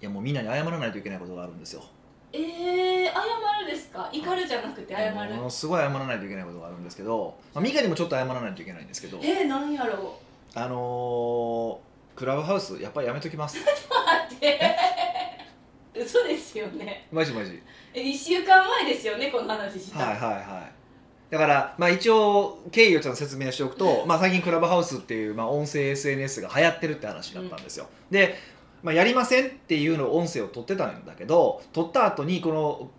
いやもうみんなに謝らないといけないことがあるんですよえー、謝るですか怒るじゃなくて謝るものすごい謝らないといけないことがあるんですけど、まあ、ミカにもちょっと謝らないといけないんですけどえー、何 やろあのークラブハウスやっぱりやめときます う待って 嘘ですよねマジマジえ1週間前ですよねこの話した、はいはいはいだから、まあ、一応経緯をちょっと説明しておくと、まあ、最近クラブハウスっていう、まあ、音声 SNS が流行ってるって話だったんですよ、で、まあ、やりませんっていうのを音声を取ってたんだけど取った後にこ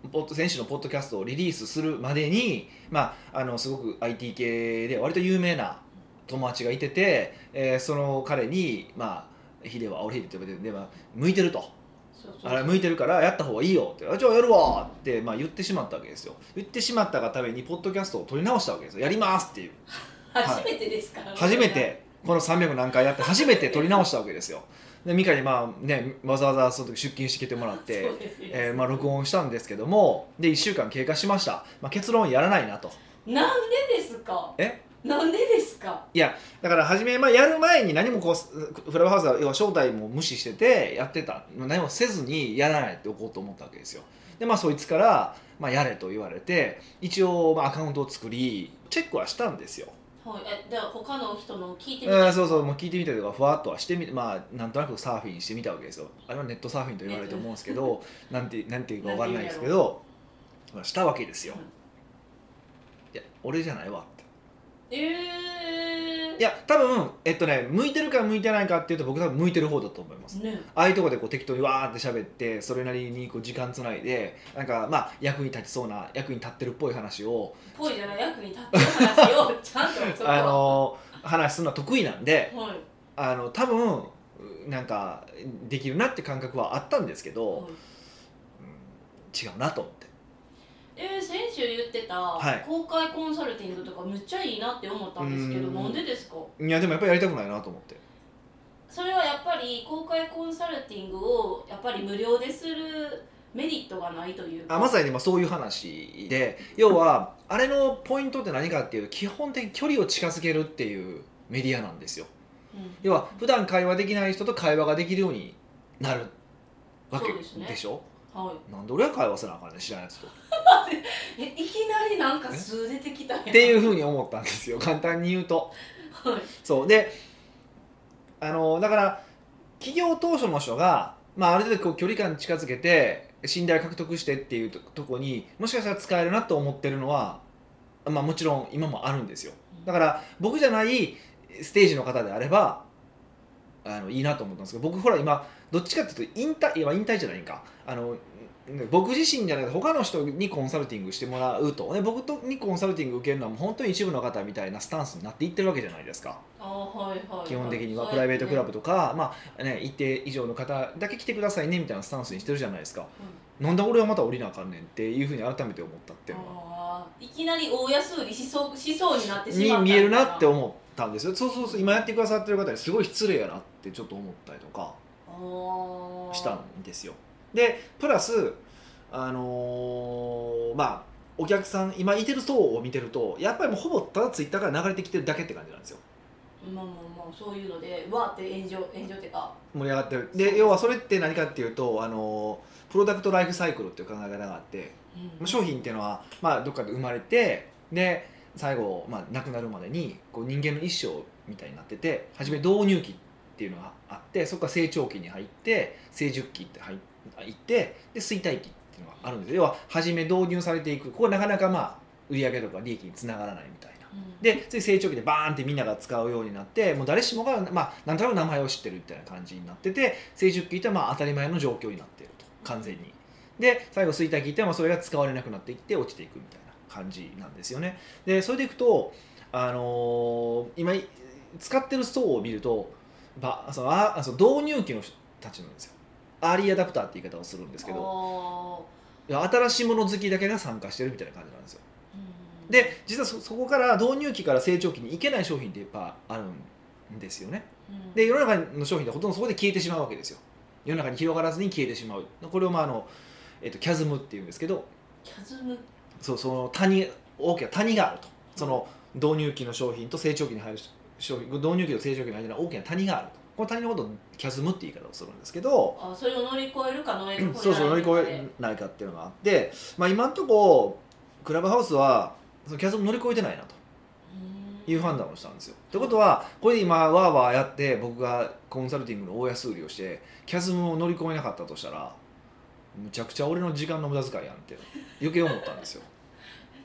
のポッド選手のポッドキャストをリリースするまでに、まあ、あのすごく IT 系で割と有名な友達がいてて、えーその彼に、まあ、ヒデは俺ヒデって呼ばれてるで、まあ、向いてるとそうそうそうあれ向いてるからやった方がいいよってあじゃあやるわって、まあ、言ってしまったわけですよ言ってしまったがためにポッドキャストを取り直したわけですよやりますっていう初めてですから、初めてこの300何回やって初めて取り直したわけですよでミカにまあねわざわざその時出勤してきてもらっ そうて、ですよ、えーまあ、録音したんですけどもで1週間経過しました、まあ、結論やらないなとなんでですかえなんでですかだから初め、まあ、やる前に何もこうすフラワーハウスは要は招待も無視しててやってた何もせずにやらないっておこうと思ったわけですよでまあそいつから、まあ、やれと言われて一応、まあ、アカウントを作りチェックはしたんですよはいえでは他の人の聞いてみうんそうそうもう聞いてみたりとかふわっとはしてみまあなんとなくサーフィンしてみたわけですよあれはネットサーフィンと言われると思うんですけど なんてなんていうかわからないですけど、まあ、したわけですよ、うんいや俺じゃないわってえー、いや多分えっとね向いてるか向いてないかっていうと僕多分向いてる方だと思いますねああいうとこでこう適当にわーって喋ってそれなりにこう時間つないでなんかまあ役に立ちそうな役に立ってるっぽい話をぽいじゃない役に立ってる話をちゃんとそこはあの話すのは得意なんではいあの多分うなんかできるなって感覚はあったんですけど、はいうん、違うなと思ってえー、先週言ってた、はい公開コンサルティングとかむっちゃいいなって思ったんですけどうんなんでですかいやでもやっぱりやりたくないなと思ってそれはやっぱり公開コンサルティングをやっぱり無料でするメリットがないというかあまさに今そういう話で要はあれのポイントって何かっていうと基本的に距離を近づけるっていうメディアなんですようん要は普段会話できない人と会話ができるようになるわけそうですねでしょはなんで俺は会話せなあかんねん知らないや つと。っい、えいきなりなんか数出てきたやんていううふうに思ったんですよ 簡単に言うと。はいそうであのだから企業当初の人が、まあ、ある程度こう距離感近づけて信頼獲得してっていうととこにもしかしたら使えるなと思ってるのは、まあ、もちろん今もあるんですよだから僕じゃないステージの方であればあのいいなと思ったんですけど僕ほら今どっちかっていうと引退今引退じゃないんかあのん僕自身じゃなくて他の人にコンサルティングしてもらうとで僕とにコンサルティング受けるのはもう本当に一部の方みたいなスタンスになっていってるわけじゃないですか。あーはいはいはい基本的にはそプうやラねイベートクラブとか、まあね、一定以上の方だけ来てくださいねみたいなスタンスにしてるじゃないですかなんだ俺はまた降りなあかんねんっていうふうに改めて思ったっていうのはあーいきなり大安売りしそうしそうになってしまったに見えるなってあ思ったんですよそうそうそう今やってくださってる方にすごい失礼やなってちょっと思ったりとかーしたんですよでプラスあのーまあお客さん今いてる層を見てるとやっぱりもうほぼただツイッターから流れてきてるだけって感じなんですよまあまあまあそういうのでわーって炎上炎上ってか盛り上がってるで要はそれって何かっていうと、あのープロダクトライフサイクルっていう考え方があってうん商品っていうのは、まあ、どっかで生まれてで最後、まあ、亡くなるまでにこう人間の一生みたいになってて初め導入期っていうのがあってそこから成長期に入って成熟期って入入ってで衰退期っていうのがあるんですよ要は初め導入されていくここはなかなかまあ売り上げとか利益につながらないみたいな。うんでつい成長期でバーンってみんなが使うようになってもう誰しもが、まあ、なんとなく名前を知ってるみたいな感じになってて成熟期ってまあ当たり前の状況になっていると完全にで最後衰退期ってまあそれが使われなくなっていって落ちていくみたいな感じなんですよねでそれでいくと、あのー今い使ってる層を見るとばそのあその導入期の人たちなんですよアーリーアダプターって言い方をするんですけどど、いや新しいもの好きだけが参加してるみたいな感じなんですようんで実はそそこから導入期から成長期に行けない商品ってやっぱあるんですよねうんで世の中の商品ってほとんどそこで消えてしまうわけですよ世の中に広がらずに消えてしまうこれをまああの、えっとキャズムっていうんですけどキャズムそうその谷大きな谷があるとその導入期の商品と成長期に入る商品導入期と成長期の間に大きな谷があるとこの他人のことをキャズムって言い方をするんですけど、あそれを乗り越えるか乗り越えないかでそうそう乗り越えないかっていうのがあって、まあ、今のとこクラブハウスはそのキャズム乗り越えてないなという判断をしたんですよ。ってことはこれで今わーわーやって僕がコンサルティングの大安売りをしてキャズムを乗り越えなかったとしたらむちゃくちゃ俺の時間の無駄遣いやんって余計思ったんですよ。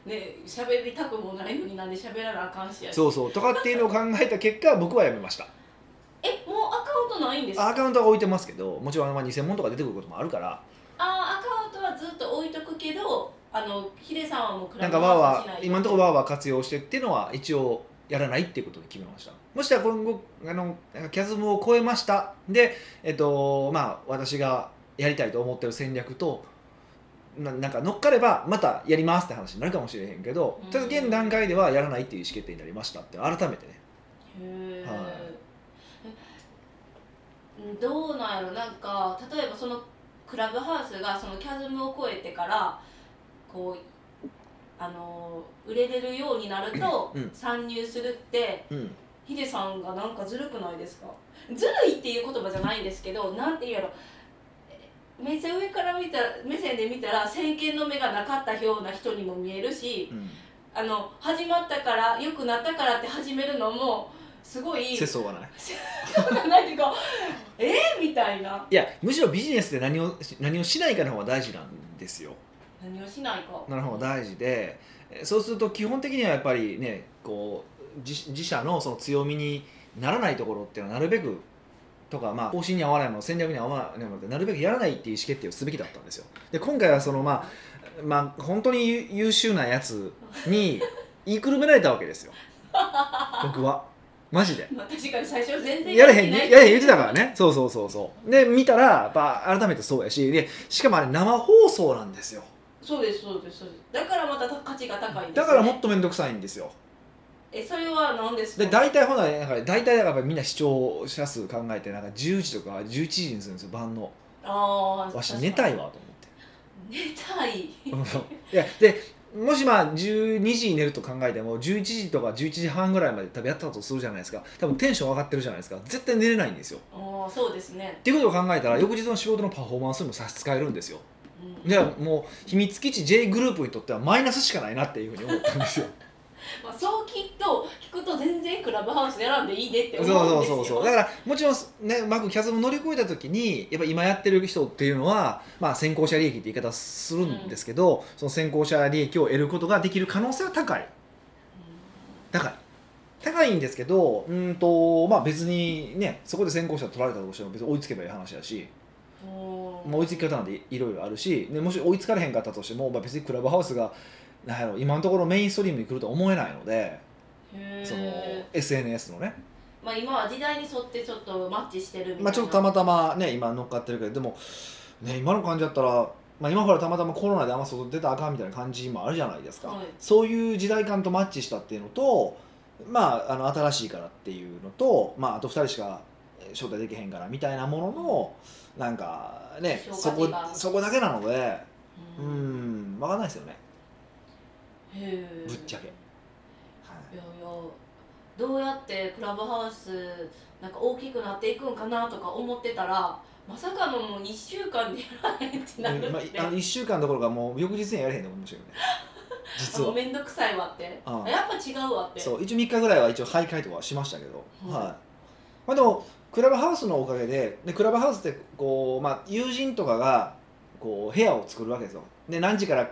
ね喋りたくもないのになんで喋らなあかんしやしそうそうとかっていうのを考えた結果僕はやめました。えもうアカウントないんですかアカウントは置いてますけどもちろんまあ偽物とか出てくることもあるからあーアカウントはずっと置いとくけどあのヒデさんはもうクなラんブかわーハウわスしないー今のところわーわー活用してっていうのは一応やらないっていうことで決めましたもしくは今後あのキャズムを超えましたでえっとまあ私がやりたいと思ってる戦略とななんか乗っかればまたやりますって話になるかもしれへんけどうんただ現段階ではやらないっていう意思決定になりましたって改めてねへーはいえどうなんやろなんか例えばそのクラブハウスがそのキャズムを越えてからこうあの売れれるようになるとうん参入するってうんヒデさんがなんかずるくないですかずるいっていう言葉じゃないんですけどなんて言うやろえめっちゃ上から見た目線で見たら先見の目がなかったような人にも見えるしうんあの始まったから良くなったからって始めるのもすご い節操がないなんていうかえー、みたいないやむしろビジネスで何をし何をしないかの方が大事なんですよ何をしないかなるほど大事でえーそうすると基本的にはやっぱりねこう自自社のその強みにならないところっていうのはなるべくとか、まあ、方針に合わないもの戦略に合わないものでなるべくやらないっていう意思決定をすべきだったんですよで今回はそのまあまあ本当に優優秀なやつに言いくるめられたわけですよ僕はマジでまあ、確かに最初全然やれへきんないやれへん言ってたからねそうそうそうそうで見たらやっぱ改めてそうやしでしかもあれ生放送なんですよそうですそうですそうですだからまた価値が高いです、ね、だからもっと面倒くさいんですよえそれは何ですかで大体ほななんか大体だからみんな視聴者数考えてなんか10時とか11時にするんですよ晩のああわし寝たいいわと寝たい 思って いやでもしまあ12時に寝ると考えても11時とか11時半ぐらいまで多分やったとするじゃないですか多分テンション上がってるじゃないですか絶対寝れないんですよああそうですねっていうことを考えたら翌日の仕事のパフォーマンスにも差し支えるんですようんでもう秘密基地 J グループにとってはマイナスしかないなっていうふうに思ったんですよまあ、そう聞くと聞くと全然クラブハウス選んでいいねってそう思そううんですよそうそうだからもちろんねうまくキャズム乗り越えた時にやっぱ今やってる人っていうのは、まあ、先行者利益って言い方するんですけど、その先行者利益を得ることができる可能性は高い高い高いんですけどうんとまあ別にねそこで先行者取られたとしても別に追いつけばいい話だし、うんおーまあ追いつき方なんていろいろあるし、ね、もし追いつかれへんかったとしても、まあ、別にクラブハウスがなんやろ今のところメインストリームに来るとは思えないのでへそのえ SNS のねまあ今は時代に沿ってちょっとマッチしてるみたいなまあ、ちょっとたまたまね今乗っかってるけどでも、ね、今の感じだったら、まあ、今ほらたまたまコロナであんま外出たらあかんみたいな感じもあるじゃないですか、はいそういう時代感とマッチしたっていうのと、まあ、あの新しいからっていうのと、まあ、あと2人しかえー招待できへんからみたいなもののなんかねそ消化こ器がそこだけなのでううんん分かんないですよね、へーぶっちゃけはいいやいやどうやってクラブハウスなんか大きくなっていくんかなとか思ってたらまさかのもう1週間でやらへんってなるって、うんまあいああの1週間どころかもう翌日にやれへんと思いました けどね実もはう。めんどくさいわってああやっぱ違うわってそう一応3日ぐらいは一応徘徊とかはしましたけど、うんはいまあ、でもクラブハウスのおかげででクラブハウスってこう、まあ、友人とかがこう部屋を作るわけですよで何時から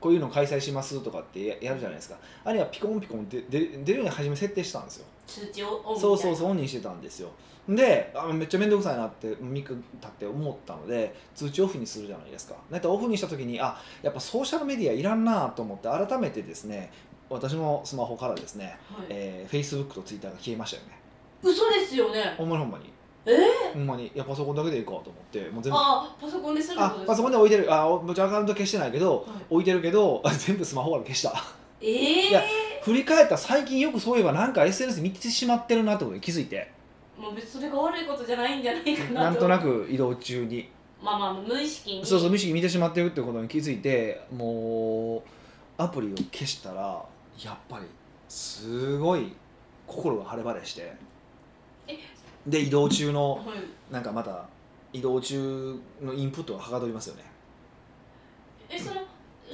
こういうの開催しますとかってややるじゃないですかあるいはピコンピコンって出出るように初め設定したんですよ通知をオンみたいなそうそうそうオンにしてたんですよであめっちゃ面倒くさいなって3日経って思ったので通知オフにするじゃないですかだってオフにした時にあやっぱソーシャルメディアいらんなと思って改めてですね私のスマホからですねはいえー、Facebook と Twitter が消えましたよね嘘ですよねほんまにほんまにえほんまにいやパソコンだけでいいかと思ってもう全部あああパソコンでするってことですかパソコンで置いてるあおもちろんアカウント消してないけどはい置いてるけどあ全部スマホから消したえいや振り返ったら最近よくそういえばなんか SNS 見てしまってるなってことに気づいてー、もう別にそれが悪いことじゃないんじゃないかなとなんとなく移動中にまあまあ無意識にそうそう無意識に見てしまってるってことに気づいてもうアプリを消したらやっぱりすごい心が晴れ晴れしてで移動中のはいなんかまた移動中のインプットははかどりますよねえその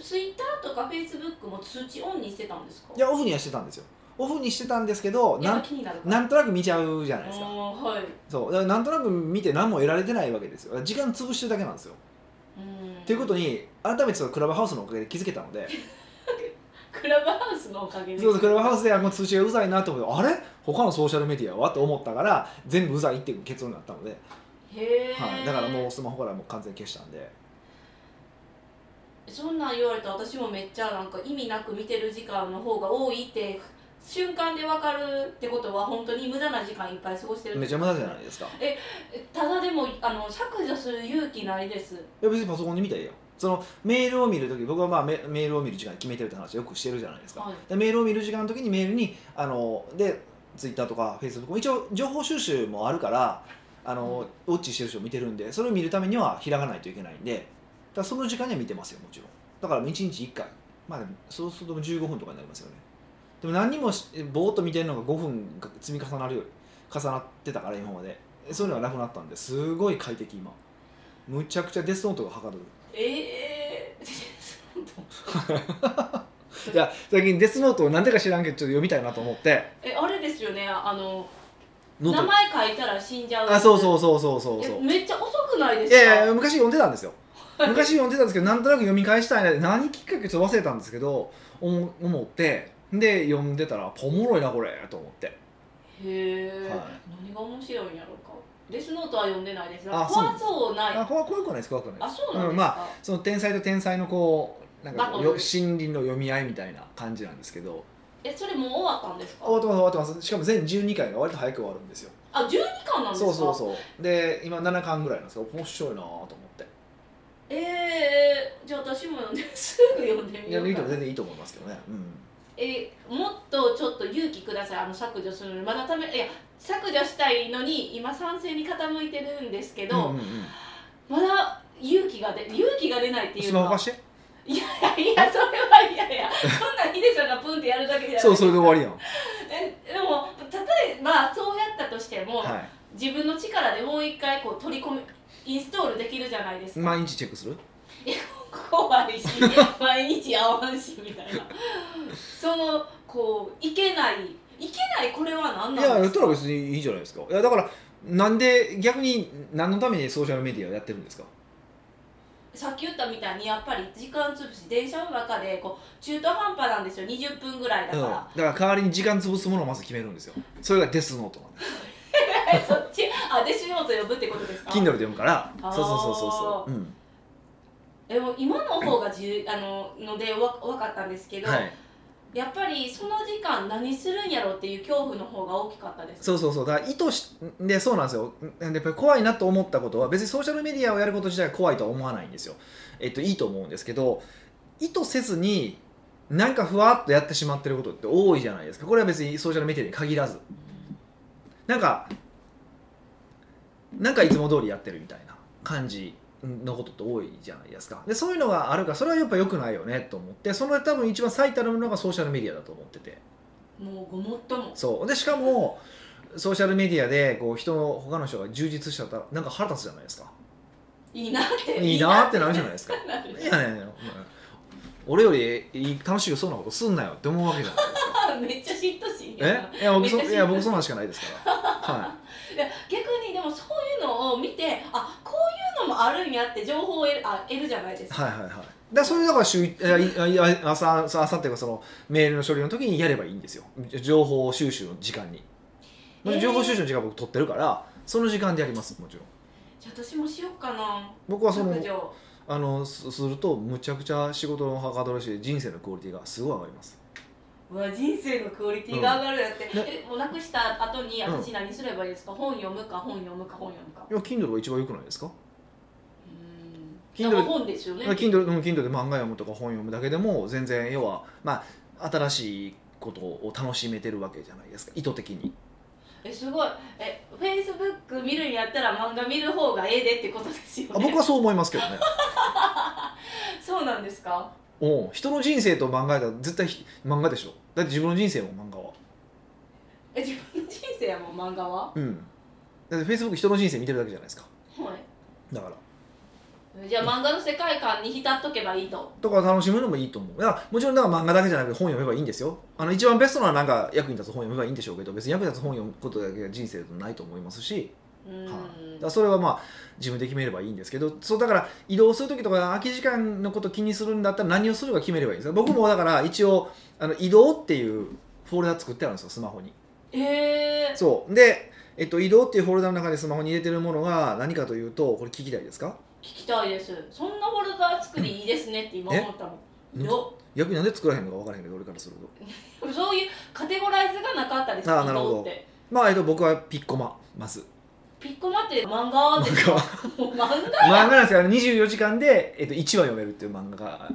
ツイッターとかフェイスブックも通知オンにしてたんですかいやオフにはしてたんですよオフにしてたんですけどやなっぱん気になるからなんとなく見ちゃうじゃないですあかーはいそうだからなんとなく見て何も得られてないわけですよ時間潰してるだけなんですようんということに改めてそのクラブハウスのおかげで気づけたのでクラブハウスのおかげでそうそうクラブハウウスであの通知がうざいなと思ってあれ他のソーシャルメディアはと思ったから全部うざいっていう結論になったので、スへえ、はい、だからもうスマホからもう完全に消したんでそんなん言われたら私もめっちゃなんか意味なく見てる時間の方が多いって瞬間でわかるってことは本当に無駄な時間いっぱい過ごしてるめちゃ無駄じゃないですかただでもあの削除する勇気ないですいや別にパソコンで見たらいいよそのメールを見るとき僕はまあメメールを見る時間決めてるって話よくしてるじゃないですか、はいでメールを見る時間の時にメールにあのでツイッターとかフェイスブックも一応情報収集もあるからあの、ウォッチしてる人見てるんでそれを見るためには開かないといけないんでだからその時間には見てますよもちろんだから1日1回まあでもそうすると15分とかになりますよねでも何にもしぼーっと見てるのが5分が積み重なる重なってたから今までそういうのがなくなったんですごい快適今むちゃくちゃデスノートがはかどるええいや最近デスノートを何でか知らんけどちょっと読みたいなと思って えあれですよねあのノー名ト前書いたら死んじゃうあそううそうそうそうそうそうめっちゃ遅くないでいすかやいや昔読んでたんですよ昔読んでたんですけどなんとなく読み返したいなって何きっかけかちょっと忘れたんですけど思思ってで読んでたらおもろいなこれと思ってへえ、はい何が面白いんやろうかデスノートは読んでないですあそうなん怖ですそうないああ怖怖くないです怖くないですそうなんですか、うんまその天才と天才のこうなんかこうバトルよ森林の読み合いみたいな感じなんですけどえそれもう終わったんですか終わってます終わってますしかも全12回が割と早く終わるんですよあ十12巻なんですそかうそうそうで今7巻ぐらいなんですけど面白いなと思ってえー、じゃあ私も読んで すぐ読んでいみやよ見うてかもな全然いいと思いますけどね、うえもっとちょっと勇気くださいあの削除するのにまだためいや削除したいのに今賛成に傾いてるんですけん、ど、うんうんうんまだ勇気が出勇気が出ないっていうスのマホは貸していや いやそれはいやいやそんなヒデさんがプンってやるだけじゃないそうそれで終わりやんえでも例えばそうやったとしても、は自分の力でもう一回こう取り込みインストールできるじゃないですいか、毎日チェックする 怖いし毎日会わんしみたいなそのこういけないいけないこれは何いなやんやでっすたから別にいいじゃないですかいやだからなんで逆に何のためにソーシャルメディアをやってるんですかさっき言ったみたいにやっぱり時間潰し電車の中でこう中途半端なんですよ20分ぐらいだうかん、だらか、ら代わりに時間潰すものをまず決めるんですよそれがデスノートなんですえ そっちあデシノート呼ぶってことですか Kindle で読むからあーそうそうそうそうそう、うん、でも今の方がじゅあののでわ分かったんですけど、はいやっぱりその時間何するんやろっていう恐怖の方が大きかったですそうそうそうだから意図しでそうなんですよでやっぱり怖いなと思ったことは別にソーシャルメディアをやること自体は怖いとは思わないんですよ、えっと、いいと思うんですけど意図せずになんかふわっとやってしまってることって多いじゃないですかこれは別にソーシャルメディアに限らずなんかなんかいつも通りやってるみたいな感じのことって多いじゃないですかでそういうのがあるからそれはやっぱ良くないよねと思ってその多分一番最たるものがソーシャルメディアだと思っててもうごもっともそうでしかもソーシャルメディアでこう人の他の人が充実しちゃったらなんか腹立つじゃないですかいいなっていいなーってなるじゃないですかいいなってなるやね俺よりいい楽しくそうなことすんなよって思うわけじゃないですかめっちゃ嫉妬心やえないや僕そめっちゃいや僕そんなんしかないですから、はや逆にでもそういうのを見てあこういうのもあるんやって情報を得るあ得るじゃないでい、すか、はいはいはいだからそれだから週いやいやいや朝朝朝っていうかそのメールの処理の時にやればいいんですよ情報収集の時間にもちろん情報収集の時間僕取ってるからその時間でやりますもちろんじゃあ私もしよっかな僕はその削除あのすするとむちゃくちゃ仕事のはかどるし人生のクオリティがすごい上がりますうわ人生のクオリティが上がるやって、うんえもうなくした後にうん私何すればいいですか、本読むか本読むか本読むかいや Kindle が一番良くないですかうーん Kindle でも本ですよね Kindle, うん Kindle で漫画読むとか本読むだけでも全然要は、まあ、新しいことを楽しめてるわけじゃないですか意図的にえすごいえフェイスブック見るんやったら漫画見る方がええでってことですよねあ僕はそう思いますけどねそうなんですかおう人の人生と漫画やったら絶対ひ漫画でしょだって自分の人生も漫画はえ自分の人生やもん漫画はうんだってフェイスブック人の人生見てるだけじゃないですかはだからい、じゃあ漫画の世界観に浸っとけばいいととか楽しむのもいいと思うだからもちろんだから漫画だけじゃなくて本読めばいいんですよあの一番ベストなのはなんか役に立つ本読めばいいんでしょうけど別に役に立つ本読むことだけが人生だとないと思いますし、うはん、いだからそれはまあ自分で決めればいいんですけどそうだから移動する時とか空き時間のこと気にするんだったら何をするか決めればいいんですよ僕もだから一応あの移動っていうフォルダ作ってあるんですよスマホにえー、そうで、えっと、移動っていうフォルダの中でスマホに入れてるものが何かというとこれ聞きたいですか聞きたいですそんなフォルダ作りいいですねって今思ったもんえよ逆になんで作らへんのか分からへんけど俺からするとそういうカテゴライズがなかったですあーなるほど移動ってまあ、えっと、僕はピッコマまずピッコマって漫画です漫かもう漫画漫画なんですよあの24時間で、えっと、1話読めるっていう漫画が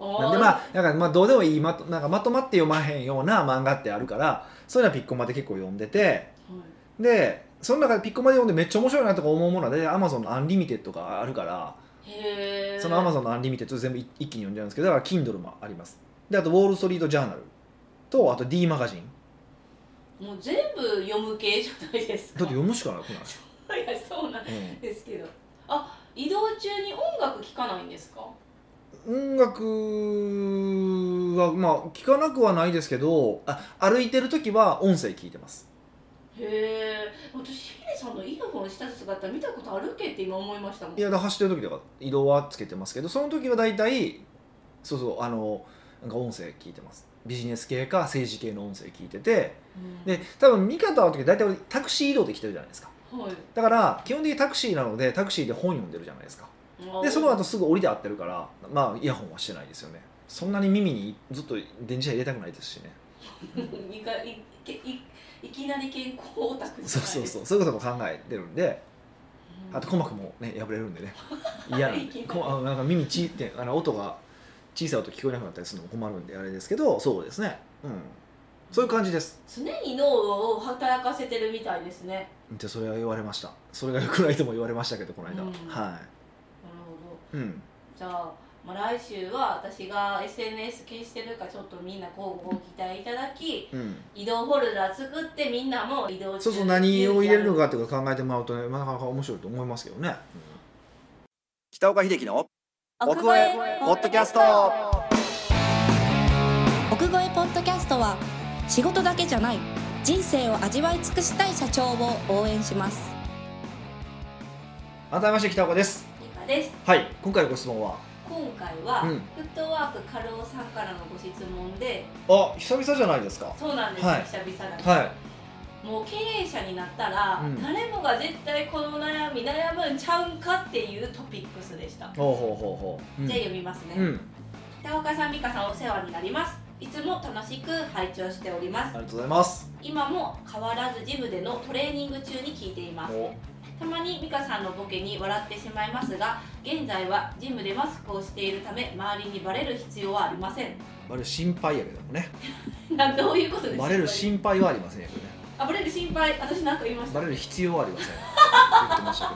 なんでまああなんかまあどうでもいいまとなんかまとまって読まへんような漫画ってあるからそういうのはピッコマで結構読んでてー、はいでその中でピッコマで読んでめっちゃ面白いなとか思うものは大体アマゾンのアンリミテッドがあるからへえそのアマゾンのアンリミテッド全部一一気に読んじゃうんですけどだから Kindle もありますであとウォール・ストリート・ジャーナルとあと D マガジンもう全部読む系じゃないですかだって読むしかなくない いやそうなんうんですけどあ移動中に音楽聴かないんですか音楽はまあ聞かなくはないですけどあ歩いてる時は音声聞いてますへえ私ヒデさんのイヤホンした姿見たことあるっけって今思いましたもんいやだから走ってる時とか移動はつけてますけどその時は大体そうそうあのなんか音声聞いてますビジネス系か政治系の音声聞いててうんで多分見方の時大体俺タクシー移動で来てるじゃないですかはいだから基本的にタクシーなのでタクシーで本読んでるじゃないですかでその後すぐ降りて会ってるからまあイヤホンはしてないですよねそんなに耳にずっと電池は入れたくないですしね いかいけいいきなり健康オタクじゃないでそすうそうそうそういうことも考えてるんでうんあと鼓膜もね破れるん でね嫌なんでこあのなんか耳ちってあの音が小さい音聞こえなくなったりするのも困るんであれですけどそうですねうんそういう感じです常に脳を働かせてるみたいですねってそれは言われましたそれが良くないとも言われましたけどこの間、うんはなるほどい、うん、じゃあ、まあ、来週は私が SNS 消してるかちょっとみんな交互ご期待いただきうん、移動フォルダ作ってみんなも移動中そうそう何を入れるのかっていうことを考えてもらうとねなかなか面白いと思いますけどね、うん北岡秀樹の奥越えポッドキャスト奥越えポッドキャストは仕事だけじゃない人生を味わい尽くしたい社長を応援します改めまして北岡ですリカですはい今回のご質問は今回は、うんフットワークカルオさんからのご質問であ久々じゃないですかそうなんです、はい久々に、はいもう経営者になったら、うん誰もが絶対この悩み悩むんちゃうんかっていうトピックスでした、ほうほうほうほう、うんじゃあ読みますね、うん、北岡さん美香さんお世話になりますいつも楽しく拝聴しておりまあすりがとうございます今も変わらずジムでのトレーニング中に聞いていますおたまに美香さんのボケに笑ってしまいますが現在はジムでマスクをしているため周りにバレる必要はありません バレる心配やけどもねなどういうことですかバレる心配はありませんやけどねあバレる心配私なんか言いましたバレる必要は ありません言ってましたけ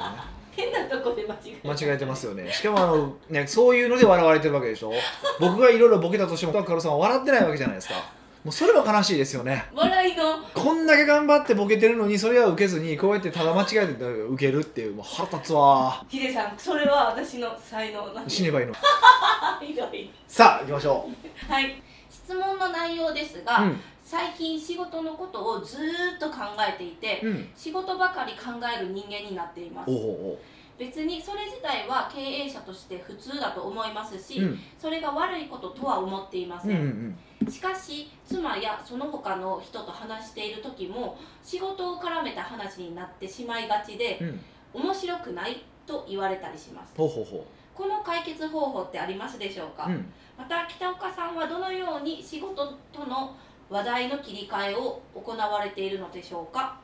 ど変なとこで間違えね間違えてますよねしかもあの、ね、そういうので笑われてるわけでしょ僕がいろいろボケたとしてもカロさんは笑ってないわけじゃないですかもうそれは悲しいですよね笑いのこんだけ頑張ってボケてるのにそれは受けずにこうやってただ間違えて受けるっていうもう腹立つわヒデさんそれは私の才能なんで死ねばいいのあひどいさあ行きましょはい質問の内容ですうが、うん最近仕事のことをずーっと考えていて、うん仕事ばかり考える人間になっていますおうお別にそれ自体は経営者として普通だと思いますし、うおううんそれが悪いこととは思っていまうせ、んうんんしかし妻やその他の人と話している時も仕事を絡めた話になってしまいがちでうんうん面白くないと言われたりしますほうほうほこの解決方法ってありますでしょうか、ううんまた北岡さんはどのように仕事との話題の切り替えを行われているのでしょうか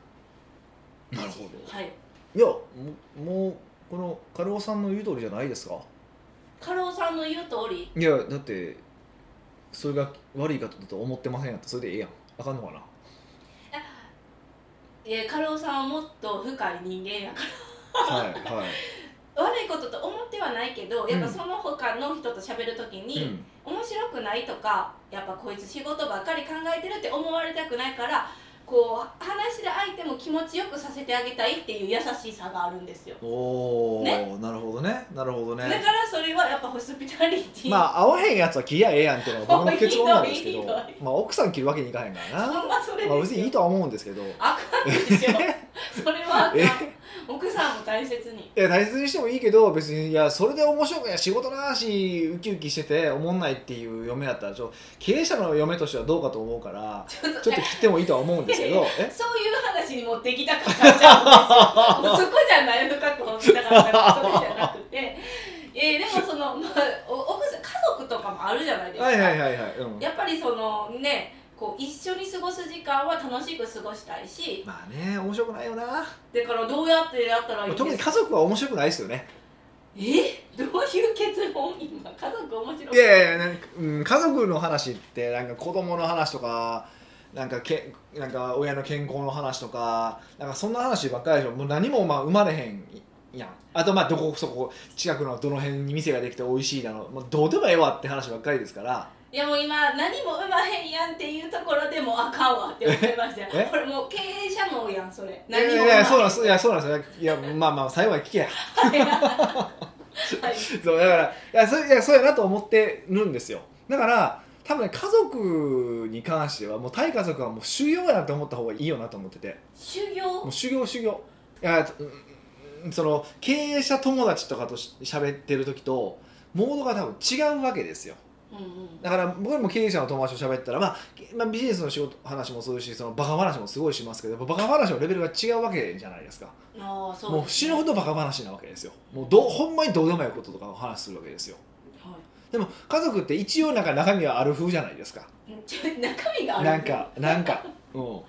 なるほどはいいやももうこのカルオさんの言う通りじゃないですかカロさんの言う通りいやだってそれが悪いかと思ってませんやったらそれでええやんあかんのかなえーカロさんはもっと深い人間やかはいはいら悪いことと思ってはないけどやっぱうんその他の人と喋るときうに、ん面白くないとかやっぱこいつ仕事ばっかり考えてるって思われたくないからこう話で相手も気持ちよくさせてあげたいっていう優しさがあるんですよおお、ねなるほどねなるほどだからねそれはやっぱホスピタリティ、まあ合わへんやつは切りゃええやんっていうのが 僕の結論なんですけどひどいひまあ奥さん切るわけにいかへんからあな、んま それまあ、で別すにいよいとは思うんですけどあかん ですよそれはあかんえ奥さんも大切にいや大切にしてもいいけど別にいやそれで面白くない仕事の話ウキウキしてて思んないっていう嫁だったらちょ経営者の嫁としてはどうかと思うからちょっとちょっと切ってもいいとは思うんですけどえそういう話に持ってきたかったじゃんですよそこじゃないのかと思ってたからそれじゃなくて、えー、でもその、まあ、お奥さん家族とかもあるじゃないですか、はいはいはいはい、うん、やっぱりそのねこう一緒に過ごす時間は楽しく過ごしたいしまあね面白くないよな、まだからどうやってやったらいいあんです特かに家族は面白くないですよねえどういう結論今家族面白いいやいやいやなんか、うん、家族の話ってなんか子供の話とかなんかけなんか親の健康の話とかなんかそんな話ばっかりでしょもう何もまあ生まれへんやんあとまあどこそこ近くのどの辺に店ができて美味しいだろう、まあ、どうでもええわって話ばっかりですからいやもう今何もうまへんやんっていうところでもうあかんわって思いましたよえこれもう経営者のやんそれいや何もいやそうなんですいやそうなんですよいやまあまあ最後は聞けや はいそうだからいやそいやそうやなと思ってるんですよだから多分ね家族に関してはもう対家族はもう修行やなと思った方がいいよなと思ってて修も行う修行修行いやうんその経営者友達とかとし喋ってる時とモードが多分違うわけですようんうんだから僕も経営者の友達と喋ったら、まあけまあ、ビジネスの仕事話もするしそのバカ話もすごいしますけどやっぱバカ話のレベルが違うわけじゃないですかああそうもう死ぬほどバカ話なわけですよもうどうほんまにどうでもいいこととかの話するわけですよはでも家族って一応なんか中身はある風じゃないですかいちょ中身があるなんかなんかうんはい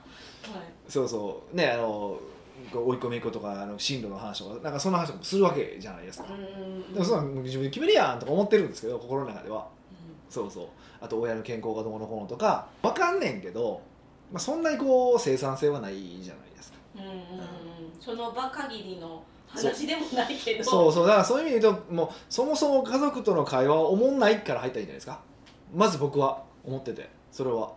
そうそうねあのこう追い込みっ子とかあの進路の話とかなんかそんな話もするわけじゃないですか、うんでもそんなん自分で決めるやんとか思ってるんですけど心の中ではうそうそうあと親の健康がどうのこうのとかわかんねんけど、まあ、そんなにこう生産性はないじゃないですかんうんうんうんその場限りの話でもないけどそうそうだからそういう意味で言うともうそもそも家族との会話は思んないから入ったらいいんじゃないですかまず僕は思っててそれは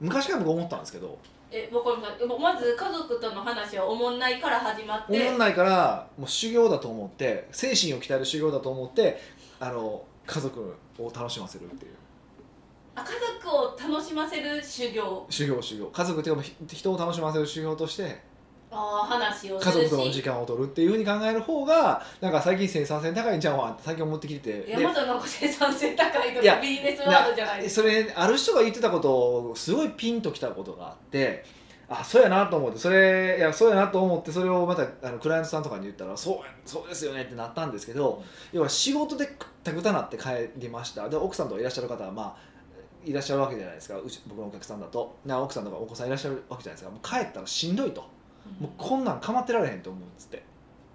昔から僕思ったんですけどえわかりましたまず家族との話はおもんないから始まっ思てんないからもう修行だと思って精神を鍛える修行だと思ってあの家族を楽しませるっていうあ家族を楽しませる修行修行修行家族っていうかもうひ人を楽しませる修行としてあー話をす家るし族との時間を取るっていうふうに考える方がなんか最近生産性高いんちゃうわって最近思ってきてていやまだなんか生産性高いといやかビジネスワードじゃないでですそれある人が言ってたことをすごいピンときたことがあってあそうやなと思ってそれいやそうやなと思ってそれをまたあのクライアントさんとかに言ったらそうやそうですよねってなったんですけど要は仕事でくったくたなって帰りましたで奥さんとかいらっしゃる方はまあいらっしゃるわけじゃないですかうち僕のお客さんだとな奥さんとかお子さんいらっしゃるわけじゃないですかもう帰ったらしんどいともうこんなん構ってられへんと思うんですって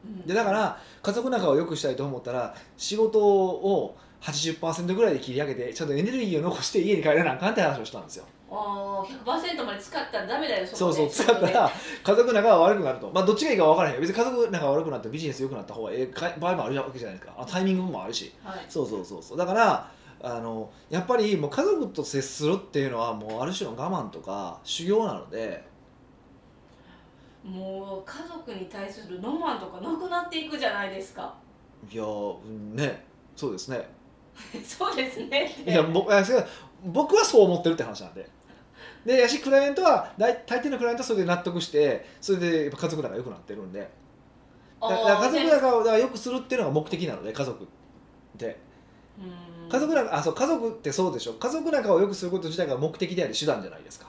うんでだから家族仲を良くしたいと思ったら仕事を80%ぐらいで切り上げてちゃんとエネルギーを残して家に帰らなあかんって話をしたんですよあー100%まで使ったらダメだよそうこそうで使ったら家族仲が悪くなるとまあどっちがいいか分からへんよ別に家族仲が悪くなってビジネス良くなった方がええか場合もあるわけじゃないですかあタイミングもあるしはいそうそうそうそうだからあのやっぱりもう家族と接するっていうのはもうある種の我慢とか修行なのでもう家族に対するロマンとかなくなっていくじゃないですか いやーうんねそうですねそうですねっていや僕いやそれは僕はそう思ってるって話なんで。でやしクライアントは大大抵のクライアントはそれで納得してそれでやっぱ家族仲良くなってるんでだあーだから家族仲をだから良くするっていうのが目的なので家族ってうん家族仲あそう家族ってそうでしょ家族仲を良くすること自体が目的であり手段じゃないですか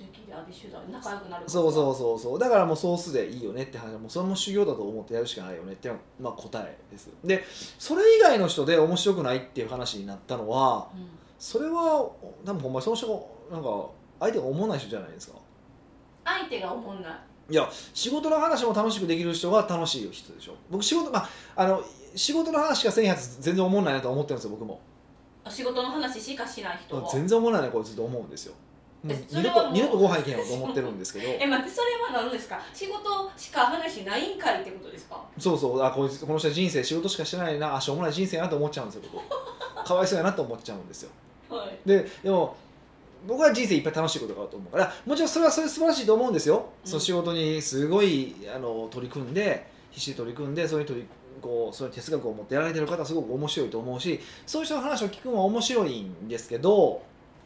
目的であり手段仲良くなることそうそうそうそうだからもうソースでいいよねって話はもうそれも修行だと思ってやるしかないよねっていうのが、まあ、答えですでそれ以外の人で面白くないっていう話になったのはうんそれは多分ほんまにその人がなんか相手が思わない人じゃないですか相手が思んない仕事の話も楽しくできる人が楽しい人でしょ僕仕事まああの仕事の話がせんやつ全然思わないなと思ってるんですよ僕もあ仕事の話しかしない人は全然思わないなこれずっと思うんですよもうえそ二度れはともう二度とご飯行けんよと思ってるんですけど え待ってそれは何ですか仕事しか話ないんかいってことですかそうそうあこいつこの人は人生仕事しかしてないなあしょうもない人生やなと思っちゃうんですよ僕かわいそうやなと思っちゃうんですよはいででも僕は人生いっぱい楽しいことがあると思うからもちろんそれはそれ素晴らしいと思うんですよ、うんその仕事にすごいあの取り組んで必死で取り組んでそういう取りこうそういう哲学を持ってやられてる方はすごく面白いと思うしそういう人の話を聞くのは面白いんですけど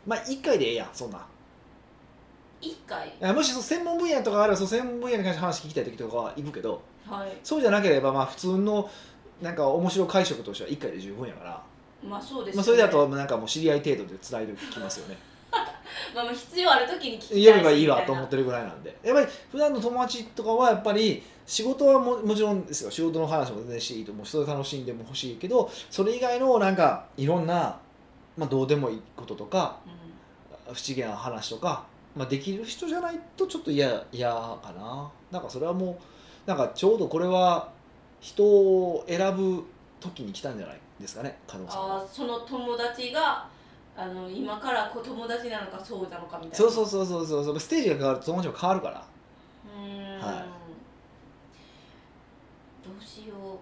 まあ一回でええやんそんな一回あもしその専門分野とかあればその専門分野に関して話聞きたい時とかは行くけどはいそうじゃなければまあ普通のなんか面白解釈としては一回で十分やから、まあそうです、ねまあ、それだとなんかもう知り合い程度でつないできますよねまあまあ必要ある時に聞きたいし言えばいいわみたとな思ってるぐらいなんでやっぱり普段の友達とかはやっぱり仕事はももちろんですよ仕事の話も全然していいと思うしそれ楽しんでも欲しいけどそれ以外のなんかいろんな、まあ、どうでもいいこととか不思議な話とか、まあ、できる人じゃないとちょっと嫌嫌かななんかそれはもうなんかちょうどこれは人を選ぶ時に来たんじゃないですかね加納さんはあーその友達があの今からこう友達なのかそうなのかみたいなそうそううそうそうそうそうステージが変わると友達も変わるからうーん、はいどうしよう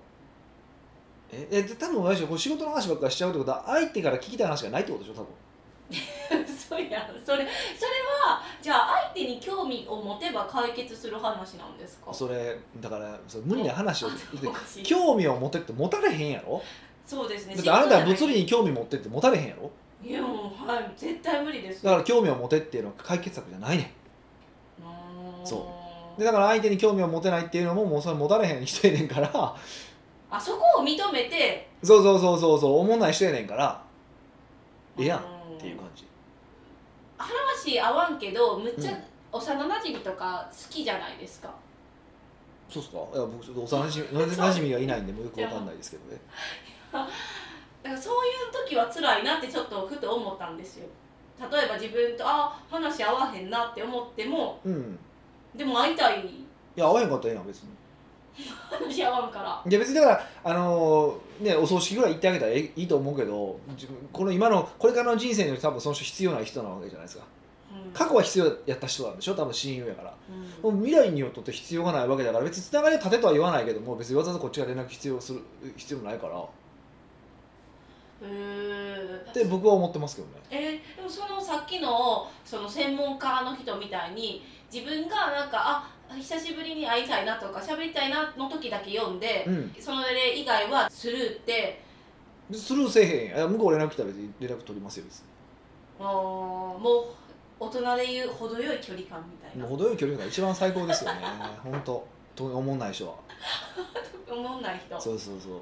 ええで多分私こう仕事の話ばっかりしちゃうってことは相手から聞きたい話がないってことでしょ多分そうやんそれそれはじゃあ相手に興味を持てば解決する話なんですかそれだからそれ無理な話をあおかしい興味を持ってって持たれへんやろそうですねだってあなたは物理にに興味持ってって持たれへんやろいやもうはい絶対無理ですだから興味を持てっていうのは解決策じゃないねそんそでだから相手に興味を持てないっていうのももうそれ持たれへん人やねんから あそこを認めてそうそうそうそうそう思んない人やねんからええやんんっていう感じ話合わんけどむっちうゃん幼馴染とか好きじゃないですかそうっすかいや僕ちょっと幼馴染 馴染みがいないんでもうよくわかんないですけどねだからそういう時は辛いなってちょっとふと思ったんですよ例えば自分とあ話合わへんなって思ってもうんでも会いたいいや会わへんかったらええやん別に話合わんからいや別にだから、あのーね、お葬式ぐらい行ってあげたらいいと思うけど自分この今のこれからの人生において多分その人必要な人なわけじゃないですかうん過去は必要やった人なんでしょ多分親友やからうんもう未来によっとって必要がないわけだから別につながりを立てとは言わないけども別にわざわざこっちが連絡必要する必要ないからへーって僕は思ってますけどねえーでもそのさっきのその専門家の人みたいに自分がなんかあ久しぶりに会いたいなとか喋りたいなの時だけ読んで、うんその例以外はスルーってスルーせえへんやんいや向こう連絡来たら別に連絡取りますよ別あーもう大人でいう程よい距離感みたいになもう程よい距離が一番最高ですよね本当と思んない人は思んない人そうそうそう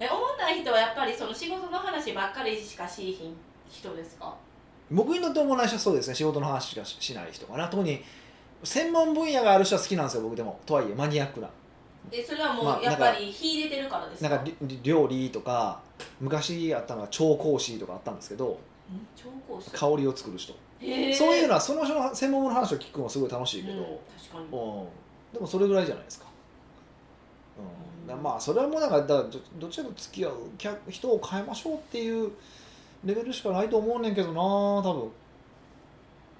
え思んない人はやっぱりその仕事の話ばっかりしかしいひん人ですか僕にとっても同じ人はそうですね仕事の話しかしない人かな特に専門分野がある人は好きなんですよ僕でもとはいえマニアックなえそれはまもあうやっぱり秀でてるからですなか,、んかりり料理とか昔あったのは調香師とかあったんですけどん超高師香りを作る人、へーそういうのはその人の専門の話を聞くのもすごい楽しいけど、うんうん確かにでもそれぐらいじゃないですか、うんうんまあそれはもうなんかだからどどっちかと付き合う客人を変えましょうっていうレベルしかないと思うねんけどな多分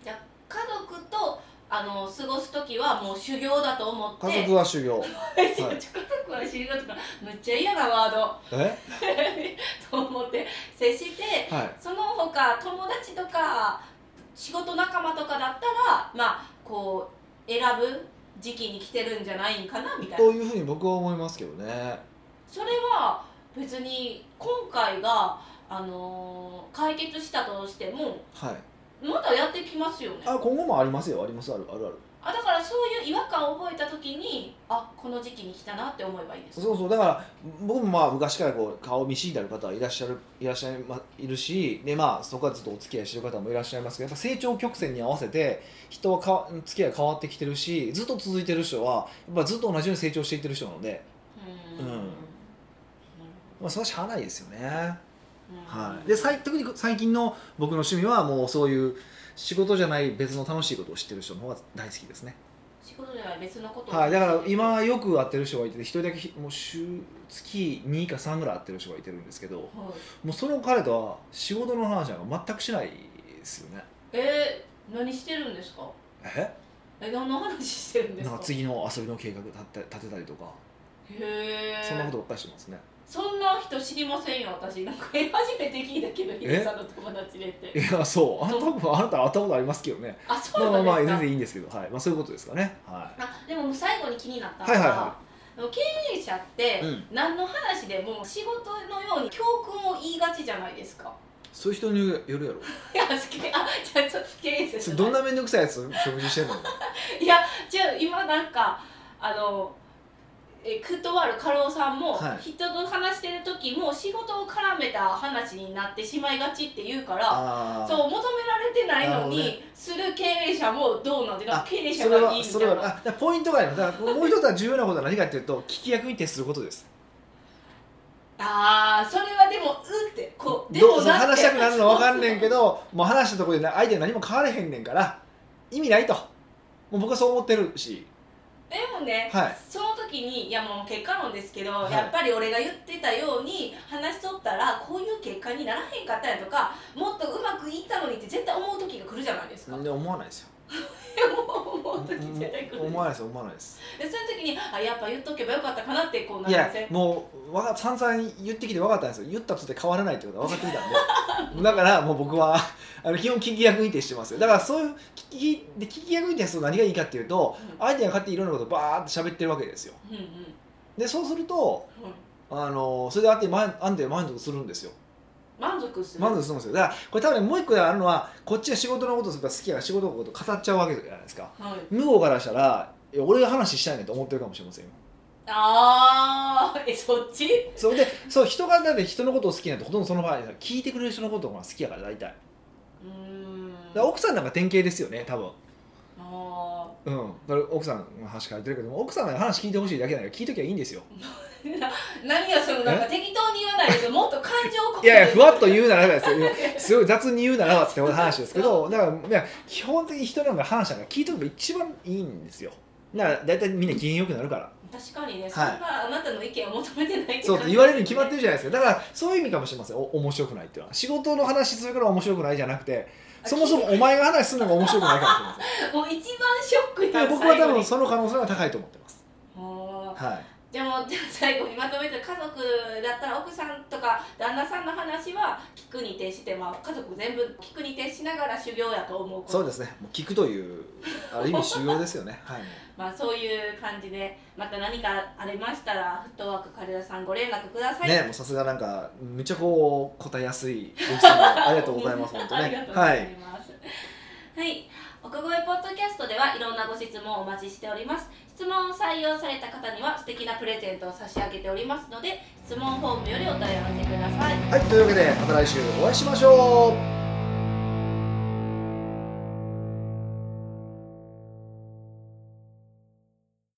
じゃあ家族とあの過ごす時はもう修行だと思って家 族は修行いやはい家族は修行とかむっちゃ嫌なワード えと思って接してはいその他友達とか仕事仲間とかだったらまあこう選ぶ時期に来てるんじゃないんかなみたいなというふうに僕は思いますけどねそれは別に今回が、あのー解決したとしてもはいまだやってきますよねああ今後もありますよありますあるあるあるだからそういう違和感を覚えた時にあこの時期に来たなって思えばいいですそうそうだから僕もまあ昔からこう顔見知りになる方はいらっしゃるいらっしゃい,、ま、いるしでまあそこはずっとお付き合いしてる方もいらっしゃいますけどやっぱ成長曲線に合わせて人はか付き合いが変わってきてるしずっと続いてる人はやっぱずっと同じように成長していってる人なので、ううんなるまあ、それはしゃあないですよね。ほどはい、で最特に最近の僕の趣味はもうそういう仕事じゃない別の楽しいことを知ってる人の方が大好きですね。仕事では別のことをはい、だから今よく会ってる人がいて一人だけひもう週月2か3ぐらい会ってる人がいてるんですけどもはいうその彼とは仕事の話なんか全くしないですよねえー、何してるんですかええ何の話してるんですなんかか次の遊びの計画立て立てたりとかへえそんなことばっかりしてますねそんな人知りませんよ私なんかえ初めて聞いたけどヒデさんの友達でっていやそうあんた多分あなた会ったことありますけどねあそまあうまなあんまあです全か然いいんですけど、はいまあ、そういうことですかねはあでも最後に気になったのはいはいは経営者ってうん何の話でも仕事のように教訓を言いがちじゃないですか いそういう人によるやろいやあすけあじゃあちょっと経営者じそゃれなどんいな面倒くさいやつ食事して んのいやじゃあ今なんかあのえクッドワールカロさんも、はい人と話してる時も仕事を絡めた話になってしまいがちって言うからあそう求められてないのなるほに、する経営者もどうなんていうあか経営者それがはいいみたそいれなはあだからポイントがあるのだからもう一つは重要なことは何かっていうと聞き役に徹することですああそれはでもうってこうでどもうそうなっ話てしたくなるの分かんねんけどもう話したところでな相手何も変われへんねんから意味ないともう僕はそう思ってるしでもね、はいその時にいやもう結果論ですけど、はいやっぱり俺が言ってたように話しとったらこういう結果にならへんかったんやとかもっとうまくいったのにって絶対思う時が来るじゃないですか、で思わないですよもう思う時絶対来るで思わないです思わないですその時にあやっぱ言っとけばよかったかなってこうないりまやせんもうわか散々言ってきて分かったんですよ言ったとて変わらないってことは分かってきた んでだからもう僕はあの基本聞き役に徹してますよだからそういう聞きで聞き役に徹すると何がいいかっていうと相手が勝手にいろんなことをバーって喋ってるわけですようんうんうんでそうするとうんあのそれで相手マイ相手が満足するんですよ満足する満足するんですよだからこれ多分ねもう一個あるのはこっちが仕事のことすれば好きやから仕事のこと語っちゃうわけじゃないですかはい、向こうからしたらいや俺が話したいねと思ってるかもしれませんよああえそっちそれでそう人がだって人のことを好きなんてほとんどその場合聞いてくれる人のことが好きやから大体だかうーんら奥さんなんか典型ですよね多分あうん、だから奥さんの話変えてるけども奥さんが話聞いてほしいだけなら聞いときゃいいんですよー 何やそのなんか適当に言わないでもっと感情を込めいてやいやふわっと言うならですよすごい雑に言うならって話ですけどだからいや基本的に人なんか話なんか聞いとけば一番いいんですよだから大体みんな機嫌よくなるから確かにね、いそんなあなたの意見を求めてないそうって言われるに決まってるるじゃないですかだからそういう意味かもしれませんお面白くないっていうのは仕事の話するから面白くないじゃなくてそもそもお前が話するのが面白くないかもしれませんもう一番ショッ クいやな僕は多分最その可能性は高いと思ってます。後にはい。でもじゃあ最後にまとめて家族だったら奥さんとか旦那さんの話は聞くに徹して、まあ、家族全部聞くに徹しながら修行やと思うことそうですね。もう聞くというある意味修行ですよ ね。はい。まあ、そういう感じでまた何かありましたらフットワーク彼らさんご連絡ください、ね、もうさすがなんかめっちゃこう答えやすいご質問ありがとうございます本当 ありがねと。うごはざい。います。はい。奥越ポッドキャストではいろんなご質問をお待ちしております。質問を採用された方には素敵なプレゼントを差し上げておりますので、質問フォームよりお問い合わせください。はいというわけでまた来週お会いしましょう。